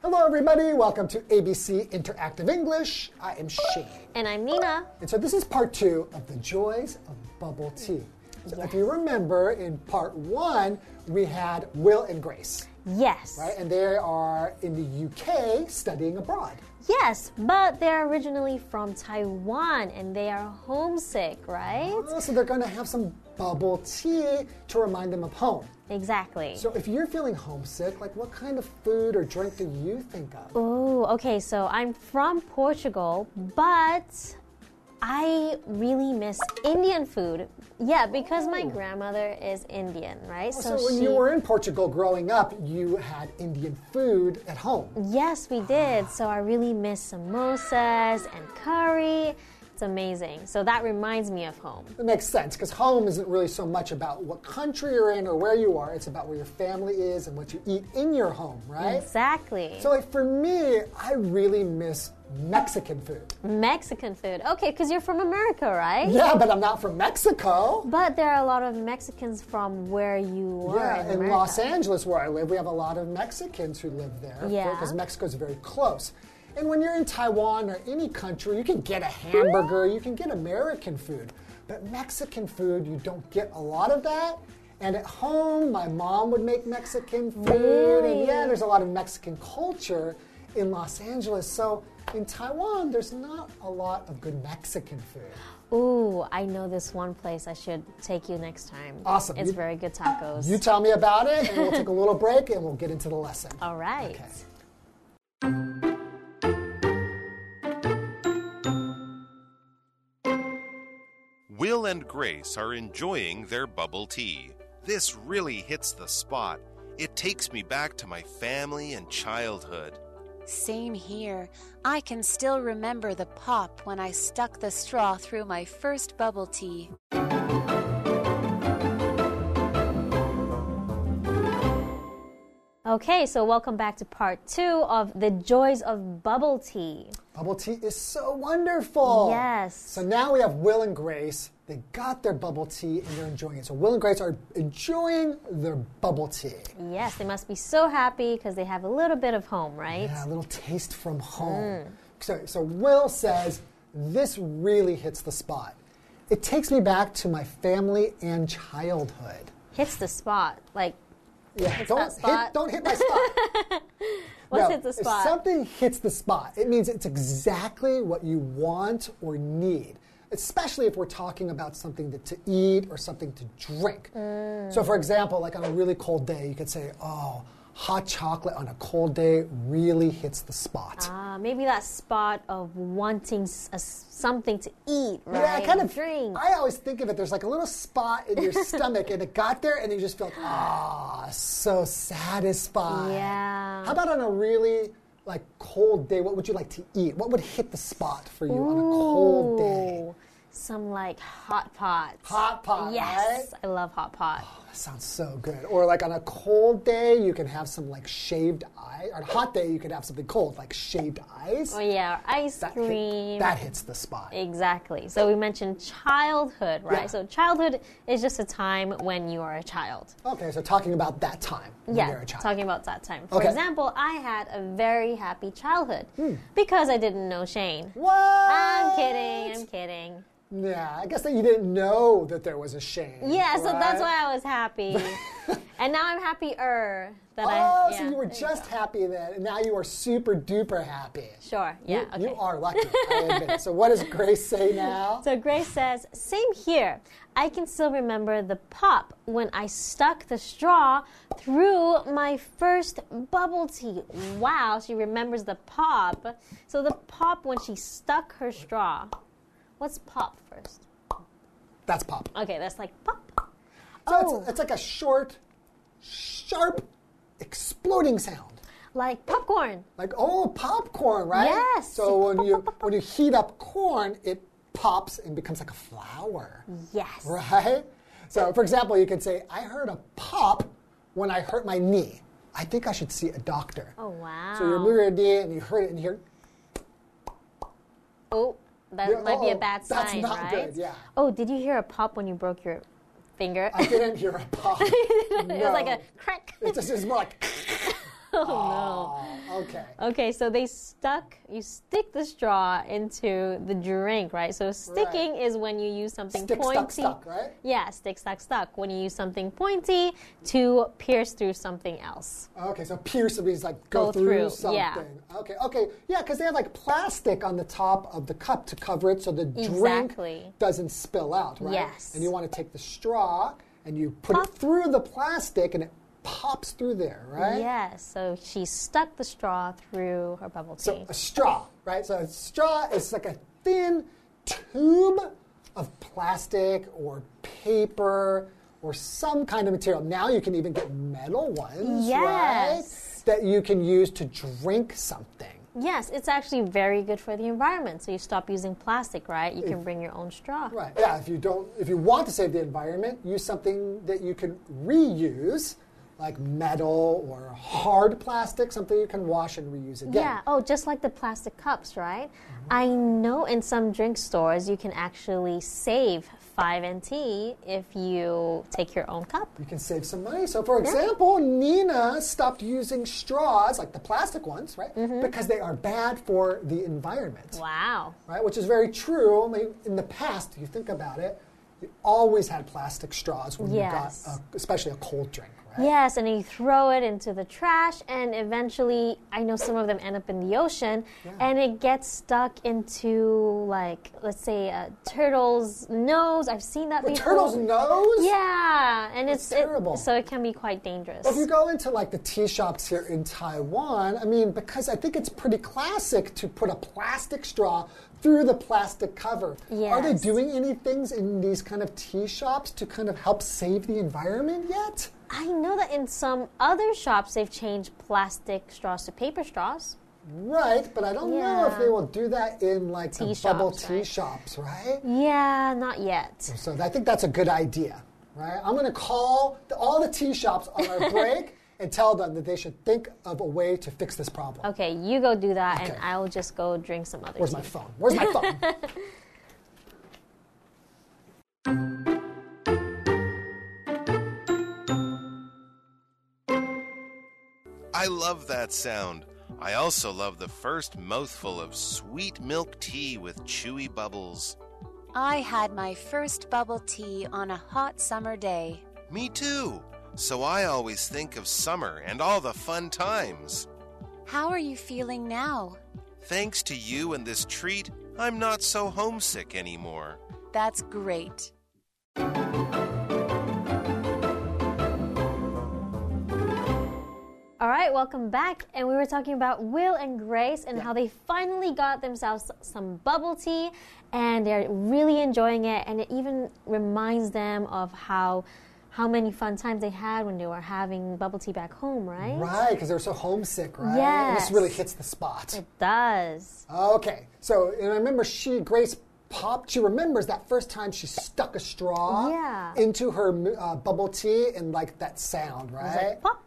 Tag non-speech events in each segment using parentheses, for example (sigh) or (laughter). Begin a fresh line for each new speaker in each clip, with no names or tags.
Hello, everybody. Welcome to ABC Interactive English. I am Shane.
And I'm Nina.
And so this is part two of the joys of bubble tea. So if you remember, in part one, we had Will and Grace,
Yes.
right? And they are in the UK studying abroad.
Yes, but they're originally from Taiwan and they are homesick, right?
Uh, So they're going to have some bubble tea to remind them of home.
Exactly.
So if you're feeling homesick, like what kind of food or drink do you think of?
Oh, okay, so I'm from Portugal, but I really miss Indian food. Yeah, because my grandmother is Indian, right?
Oh. So, when you were in Portugal growing up, you had Indian food at home.
Yes, we did. So I really miss samosas and curry. It's amazing. So that reminds me of home.
It makes sense because home isn't really so much about what country you're in or where you are. It's about where your family is and what you eat in your home, right?
Exactly.
So like for me, I really miss Mexican food.
Mexican food. Okay, because you're from America, right?
Yeah, (laughs) but I'm not from Mexico.
But there are a lot of Mexicans from where you were
Yeah,
in,
in
America.
Los Angeles, where I live, we have a lot of Mexicans who live there
Yeah.
because Mexico's very close. And when you're in Taiwan or any country, you can get a hamburger, you can get American food. But Mexican food, you don't get a lot of that. And at home, my mom would make Mexican food. And yeah, there's a lot of Mexican culture in Los Angeles. So in Taiwan, there's not a lot of good Mexican food.
Ooh, I know this one place. I should take you next time.
Awesome.
It's
You-
very good tacos.
You tell me about it, and we'll take a little break and we'll get into the lesson.
All right.
Okay.
Will and Grace are enjoying their bubble tea. This really hits the spot. It takes me back to my family and childhood.
Same here. I can still remember the pop when I stuck the straw through my first bubble tea.
Okay, so welcome back to part two of the joys of bubble tea.
Bubble tea is so wonderful.
Yes.
So now we have Will and Grace. They got their bubble tea and they're enjoying it. So Will and Grace are enjoying their bubble tea.
Yes, they must be so happy because they have a little bit of home, right?
Yeah, a little taste from home. So, so Will says, This really hits the spot. It takes me back to my family and childhood.
Hits the spot. Like,
Yeah,
that
don't hit,
spot.
don't hit my spot.
(laughs) what's
No,
hit the
if
spot?
something hits the spot, it means it's exactly what you want or need, especially if we're talking about something that to eat or something to drink. So,
Mm.
for example, like on a really cold day, you could say, oh, hot chocolate on a cold day really hits the spot.
Uh, maybe that spot of wanting s- a s- something to eat, right?
Yeah, I kind of
drink.
I always think of it. There's like a little spot in
(laughs)
your stomach, and it got there, and you just feel like, ah, so satisfied.
Yeah.
How about on a really like cold day? What would you like to eat? What would hit the spot for you on a cold day?
Ooh, Some like hot pots.
Hot pot,
Yes, I love hot pot.
That sounds so good. Or like on a cold day, you can have some like shaved ice. On a hot day, you could have something cold like shaved ice.
Oh yeah, or ice
That hit-
cream.
that hits the spot.
exactly. So we mentioned childhood, right?
Yeah.
So childhood is just a time when you are a child.
Okay, so talking about that time when
yeah,
you're a child.
talking about that time. For
Okay. Hmm.
example, I had a very happy childhood because I didn't know Shane.
what?
I'm kidding. I'm kidding.
Yeah, I guess that you didn't know that there was a shame.
Yeah, so that's
right?
why I was
(laughs)
happy. and now I'm happier that I.
Oh, so
yeah,
you were
there
just happy then, and now you are super duper happy.
Sure. Yeah. okay.
You are lucky,
(laughs)
I admit it. So, what does Grace say now?
So Grace says, same here. I can still remember the pop when I stuck the straw through my first bubble tea. Wow, she remembers the pop. So the pop when she stuck her straw. What's pop first?
That's pop.
Okay, that's like pop.
So,
Oh.
it's, it's like a short, sharp, exploding sound.
Like popcorn.
Like, oh, popcorn, right?
Yes.
So, when you, when you heat up corn, it pops and becomes like a flower.
Yes.
Right? So, for example, you could say, I heard a pop when I hurt my knee. I think I should see a doctor.
Oh wow.
So you move your knee and you heard it in here.
oh, that
Yeah,
might be a
uh-oh,
bad
that's
sign,
not
right?
good, yeah.
Oh, did you hear a pop when you broke your finger? (laughs)
I didn't hear a pop.
it was like a crack.
It just is more like
(laughs) oh
Okay.
no. Okay, so they stuck, you stick the straw into the drink, right? So sticking is when you use something
Stick,
pointy.
stuck, stuck, right?
Yeah, stick, stuck, stuck. When you use something pointy to pierce through something else.
Okay, so pierce means like go,
Go
through,
through,
something.
yeah.
Okay, okay, yeah, because they have like plastic on the top of the cup to cover it, so the
Exactly.
drink doesn't spill out, right?
Yes.
And you want to take the straw and you put it through the plastic, and it pops through there, right?
Yes, so she stuck the straw through her bubble tea.
So a straw, right? So a straw is like a thin tube of plastic or paper or some kind of material. Now you can even get metal ones,
Yes.
right? That you can use to drink something.
yes, it's actually very good for the environment. So you stop using plastic, right? You can bring your own straw.
Right. Yeah, if you don't if you want to save the environment, use something that you can reuse, like metal or hard plastic, something you can wash and reuse again.
Yeah. Oh, just like the plastic cups, right?
Mm-hmm.
I know in some drink stores you can actually save 5NT if you take your own cup.
You can save some money. So, for example, Nina stopped using straws, like the plastic ones, right? Because they are bad for the environment,
Mm-hmm. Wow.
right? Which is very true. I mean, in the past, if you think about it, you always had plastic straws when
Yes.
you got, a, especially a cold drink, right?
Yes, and you throw it into the trash, and eventually, I know some of them end up in the ocean, and it gets stuck into, like, let's say, a turtle's nose. I've seen that
The
before.
turtle's nose?
Yeah, and it's it-
terrible.
so it can be quite dangerous.
If you go into like the tea shops here in Taiwan, I mean, because I think it's pretty classic to put a plastic straw through the plastic cover. Are they
Yes.
doing any things in these kind of tea shops to kind of help save the environment yet?
I know that in some other shops they've changed plastic straws to paper straws.
Right, but I don't know if
Yeah.
they will do that in like the
Tea
bubble
shops,
tea
right?
shops, right?
Yeah, not yet.
So I think that's a good idea, right? I'm going to call the, all the tea shops on our
(laughs)
break and tell them that they should think of a way to fix this problem.
Okay, you go do that,
Okay.
and I'll just go drink some other
Where's
tea.
my phone? Where's my phone?
I love that sound. I also love the first mouthful of sweet milk tea with chewy bubbles.
I had my first bubble tea on a hot summer day.
Me too. So I always think of summer and all the fun times.
How are you feeling now?
Thanks to you and this treat, I'm not so homesick anymore.
That's great.
All right, welcome back. And we were talking about Will and Grace and how they finally got themselves some bubble tea and they're really enjoying it. And it even reminds them of how how many fun times they had when they were having bubble tea back home, right?
Right, because they're so homesick, right? And this
Yes.
really hits the spot.
It does.
Okay, so and I remember she Grace popped. She remembers that first time she stuck a straw
Yeah.
into her uh, bubble tea and like that sound,
It's
right?
like pop.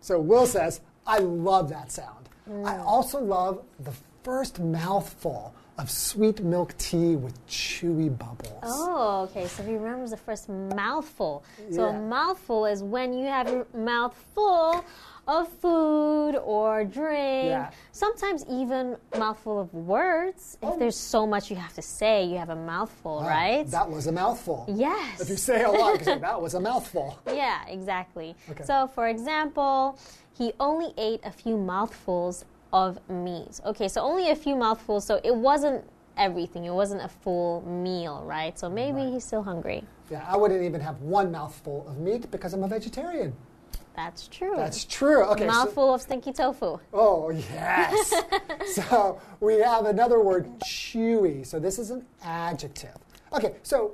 So Will says, I love that sound. I
Mm.
also love the first mouthful of sweet milk tea with chewy bubbles.
Oh, okay. So he remembers the first mouthful. So
Yeah.
a mouthful is when you have your mouth full of food or drink.
Yeah.
Sometimes even mouthful of words.
Oh.
If there's so much you have to say, you have a mouthful,
Wow,
right?
Ah, That was a mouthful.
yes.
If you say a lot, you
(laughs)
can say, that was a mouthful.
Yeah, exactly.
Okay.
So, for example, he only ate a few mouthfuls of meat. Okay, so only a few mouthfuls, so it wasn't everything. It wasn't a full meal, right? So maybe he's still hungry.
Yeah, I wouldn't even have one mouthful of meat because I'm a vegetarian.
That's true.
That's true. Okay. so-
Mouthful of stinky tofu.
oh,
(laughs)
yes. so we have another word, chewy. So this is an adjective. Okay. So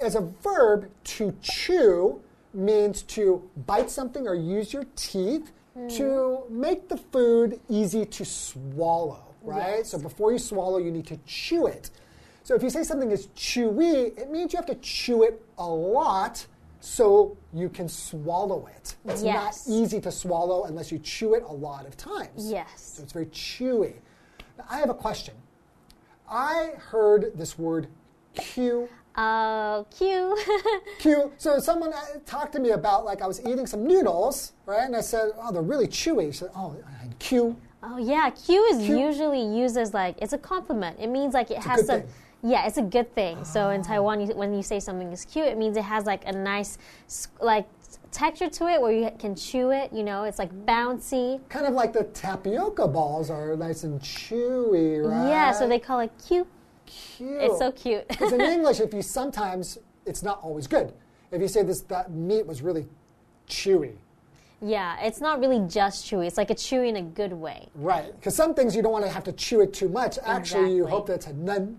as a verb, to chew means to bite something or use your teeth
Mm-hmm.
to make the food easy to swallow, right? So before you swallow, you need to chew it. So if you say something is chewy, it means you have to chew it a lot so you can swallow it. It's
Yes.
not easy to swallow unless you chew it a lot of times. So
Yes.
it's very chewy. Now, I have a question. I heard this word Q
Oh, cute.
Cute. So someone uh, talked to me about like I was eating some noodles, right? And I said, "Oh, they're really chewy." She said, "Oh, and cute."
(laughs) oh, yeah. Cute is usually used as like, it's a compliment. It means like it has
good
some.
thing. Ah.
Yeah, it's a good thing. So in Taiwan, you, when you say something is cute, it means it has like a nice, s- like, texture to it where you can chew it, you know? It's like bouncy.
Kind of like the tapioca balls are nice and chewy, right?
Yeah, so they call it cute.
cute.
It's so cute.
Because in English, if you sometimes, it's not always good. If you say this, that meat was really chewy,
(laughs) yeah, it's not really just chewy. It's like a chewy in a good way.
right? Because some things you don't want to have to chew it too much. Actually, you
Exactly.
hope that's a nun,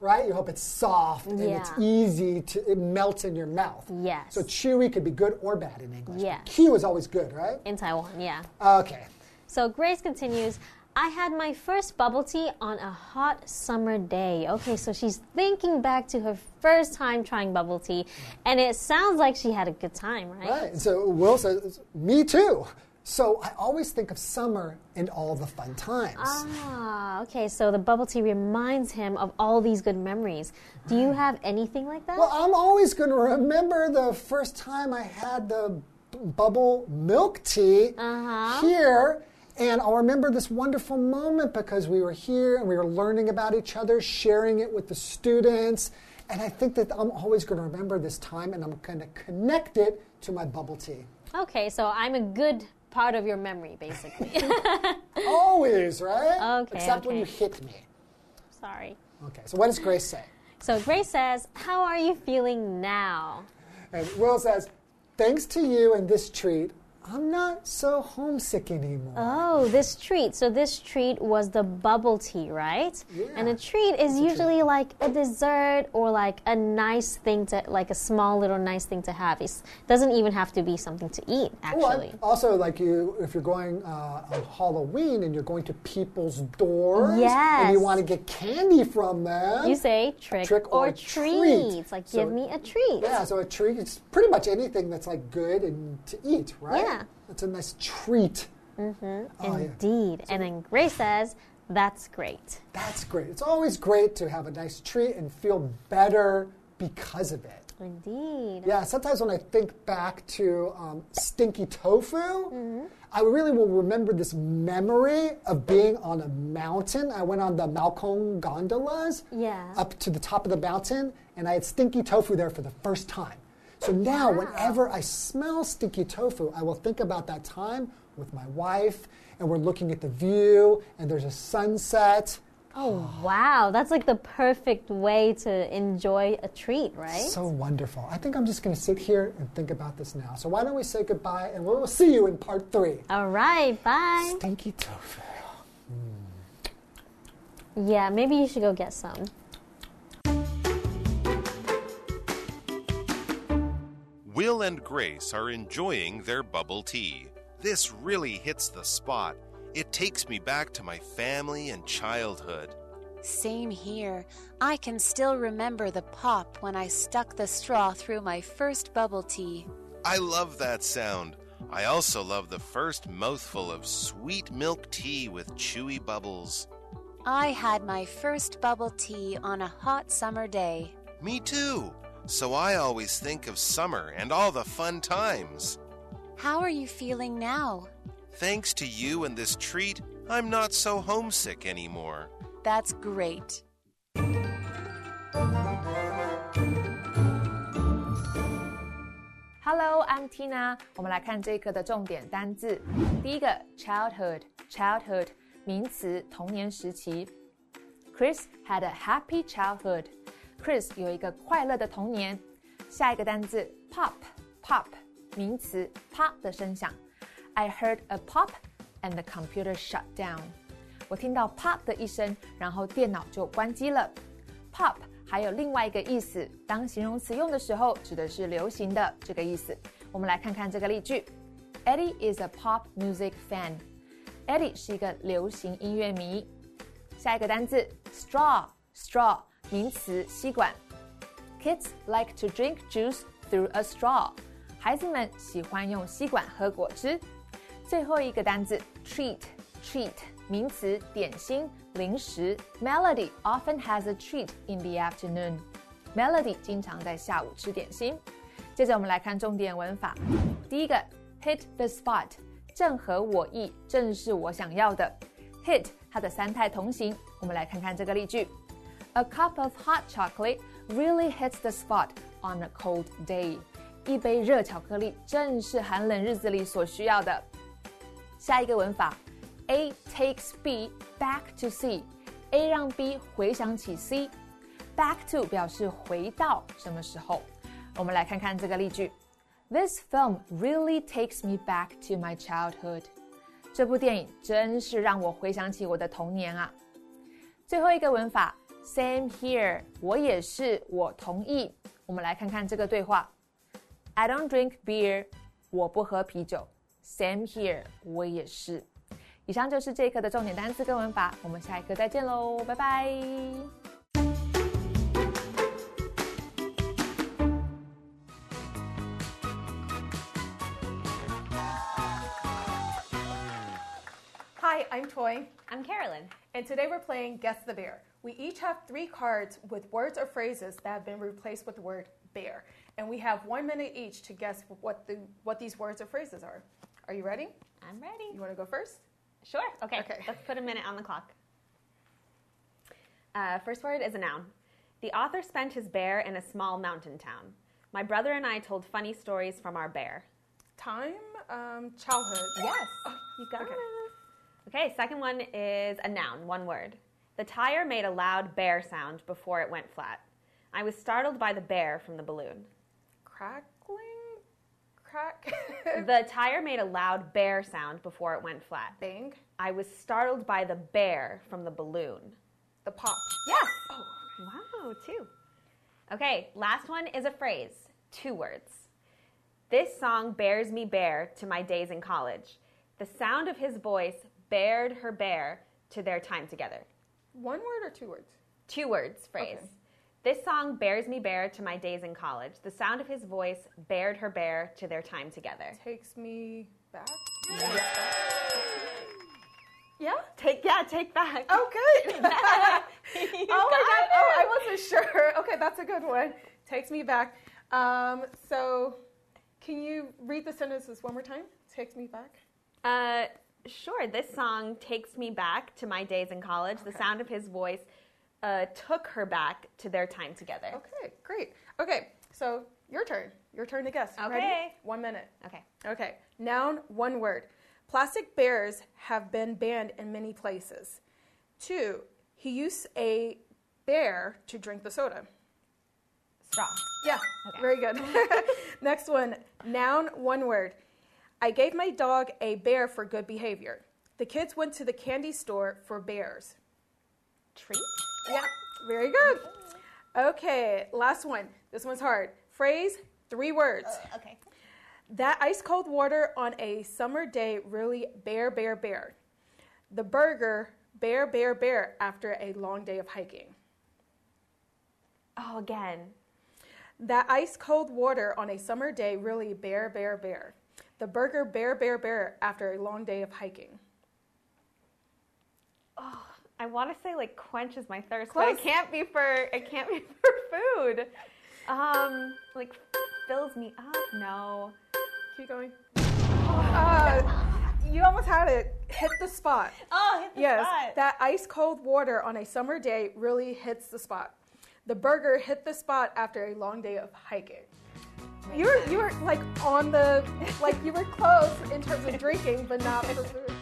right? You hope it's soft and it's
Yeah.
easy to, it melts in your mouth.
Yes.
So chewy could be good or bad in English.
Yes.
Q is always good, right?
in Taiwan, yeah.
Okay.
So Grace continues, I had my first bubble tea on a hot summer day. Okay, so she's thinking back to her first time trying bubble tea, and it sounds like she had a good time, right?
Right. So Will says, me too. So I always think of summer and all the fun times.
Ah, okay, so the bubble tea reminds him of all these good memories. Do you have anything like that?
Well, I'm always going to remember the first time I had the b- bubble milk tea
Uh-huh.
here. And I'll remember this wonderful moment because we were here and we were learning about each other, sharing it with the students. And I think that I'm always going to remember this time and I'm going to connect it to my bubble tea.
okay, so I'm a good part of your memory, basically. (laughs)
Always, right?
Okay,
Except when
okay.
you hit me.
Sorry.
Okay, so what does Grace say?
So Grace says, How are you feeling now?
And Will says, Thanks to you and this treat, I'm not so homesick anymore.
Oh, this treat. So this treat was the bubble tea, right? And a treat is usually like a dessert or like a nice thing to like a small little nice thing to have. It doesn't even have to be something to eat
Well,
actually.
also, like you, if you're going uh, on Halloween and you're going to people's doors, and you
Yes.
want to get candy from them,
you say trick,
Trick or
or, treat.
treat.
It's Like
So-
give me a treat.
yeah, so a treat is pretty much anything that's like good and to eat, right?
Yeah.
it's a nice treat. Mm-hmm. Oh, yeah.
Indeed. and then Grace says, "That's great."
That's great. It's always great to have a nice treat and feel better because of it.
Indeed.
Yeah, sometimes when I think back to um, stinky tofu, I really will remember this memory of being on a mountain. I went on the Malcom gondolas
Yeah.
up to the top of the mountain, and I had stinky tofu there for the first time. So now, whenever I smell stinky tofu, I will think about that time with my wife, and we're looking at the view, and there's a sunset.
Oh, wow. That's like the perfect way to enjoy a treat, right?
So wonderful. I think I'm just going to sit here and think about this now. So why don't we say goodbye, and we'll see you in part three.
All right. Bye.
Stinky tofu.
Yeah, maybe you should go get some.
Will and Grace are enjoying their bubble tea. This really hits the spot. It takes me back to my family and childhood.
Same here. I can still remember the pop when I stuck the straw through my first bubble tea.
I love that sound. I also love the first mouthful of sweet milk tea with chewy bubbles.
I had my first bubble tea on a hot summer day.
Me too. So I always think of summer and all the fun times.
How are you feeling now?
Thanks to you and this treat, I'm not so homesick anymore.
That's great.
Hello, I'm Tina。我们来看这一课的重点单字。第一个，childhood，childhood 名词，童年时期。Chris had a happy childhood. Chris 有一个快乐的童年。下一个单字，pop，pop 名词，啪的声响。I heard a pop and the computer shut down. 我听到 pop 的一声，然后电脑就关机了。pop 还有另外一个意思，当形容词用的时候，指的是流行的这个意思。我们来看看这个例句：Eddie is a pop music fan. Eddie 是一个流行音乐迷。下一个单字 straw，straw 名词，吸管。Kids like to drink juice through a straw. 孩子们喜欢用吸管喝果汁。最后一个单字 treat，treat 名词，点心、零食。Melody often has a treat in the afternoon. Melody 经常在下午吃点心。接着我们来看重点文法，第一个 hit the spot，正合我意，正是我想要的。hit 它的三态同形，我们来看看这个例句：A cup of hot chocolate really hits the spot on a cold day。一杯热巧克力正是寒冷日子里所需要的。下一个文法，A takes B back to C，A 让 B 回想起 C。Back to 表示回到什么时候。我们来看看这个例句：This film really takes me back to my childhood。这部电影真是让我回想起我的童年啊。最后一个文法，Same here，我也是，我同意。我们来看看这个对话：I don't drink beer，我不喝啤酒。Same here，我也是。以上就是这一课的重点单词跟文法，我们下一课再见喽，拜拜。
Hi, I'm Toy,
I'm Carolyn.
and today we're playing Guess the Bear. We each have three cards with words or phrases that have been replaced with the word bear, and we have one minute each to guess what, the, what these words or phrases are. Are you ready?
I'm ready.
You want to go first?
Sure. Okay.
Okay.
Let's put a minute on the clock. Uh, first word is a noun. The author spent his bear in a small mountain town. My brother and I told funny stories from our bear.
Time, um, childhood.
Yes, you got
okay.
it. Okay, second one is a noun, one word. The tire made a loud bear sound before it went flat. I was startled by the bear from
(laughs)
the balloon.
Crackling? (laughs) Crack?
The tire made a loud bear sound before it went flat.
Thing?
I was startled by the bear from the balloon.
The pop.
Yes!
Oh,
Wow, two. Okay, last one is a phrase, two words. This song bears me bare to my days in college. The sound of his voice bared her bare to their time together.
one word or two words?
Two words, phrase.
Okay.
This song bears me bare to my days in college. The sound of his voice bared her bare to their time together.
Takes me back? Yeah?
Take yeah, take back.
Oh,
(laughs)
good. (laughs)
You
oh my
got
god!
it.
Oh, I wasn't sure. (laughs) Okay, that's a good one. Takes me back. Um, so, can you read the sentences one more time? Takes me back.
Uh, sure. This song takes me back to my days in college. The sound of his voice uh, took her back to their time together.
Okay, great. Okay, so your turn. Your turn to guess. You Ready?
Okay.
One minute.
Okay.
Okay. Noun. One word. Plastic bears have been banned in many places. Two. He used a bear to drink the soda.
Straw.
Yeah,
Okay.
very good. (laughs) Next one, noun, one word. I gave my dog a bear for good behavior. The kids went to the candy store for bears.
Treat.
Yeah, very good. Okay, last one. This one's hard. Phrase, three words.
Okay.
That ice cold water on a summer day really bear, bear, bear. The burger, bear, bear, bear after a long day of hiking.
Oh, again.
That ice cold water on a summer day really bear, bear, bear. The burger bear, bear, bear after a long day of hiking.
I want to say like quenches my thirst, but
Close.
it can't be for it can't be (laughs) for food. Um, like fills me up. No.
Keep going. Uh, you almost had it. Hit the spot.
Oh, hit the
yes,
spot.
that ice cold water on a summer day really hits the spot. The burger hit the spot after a long day of hiking. You were, you were like on the, like you were close in terms of drinking, but not for food.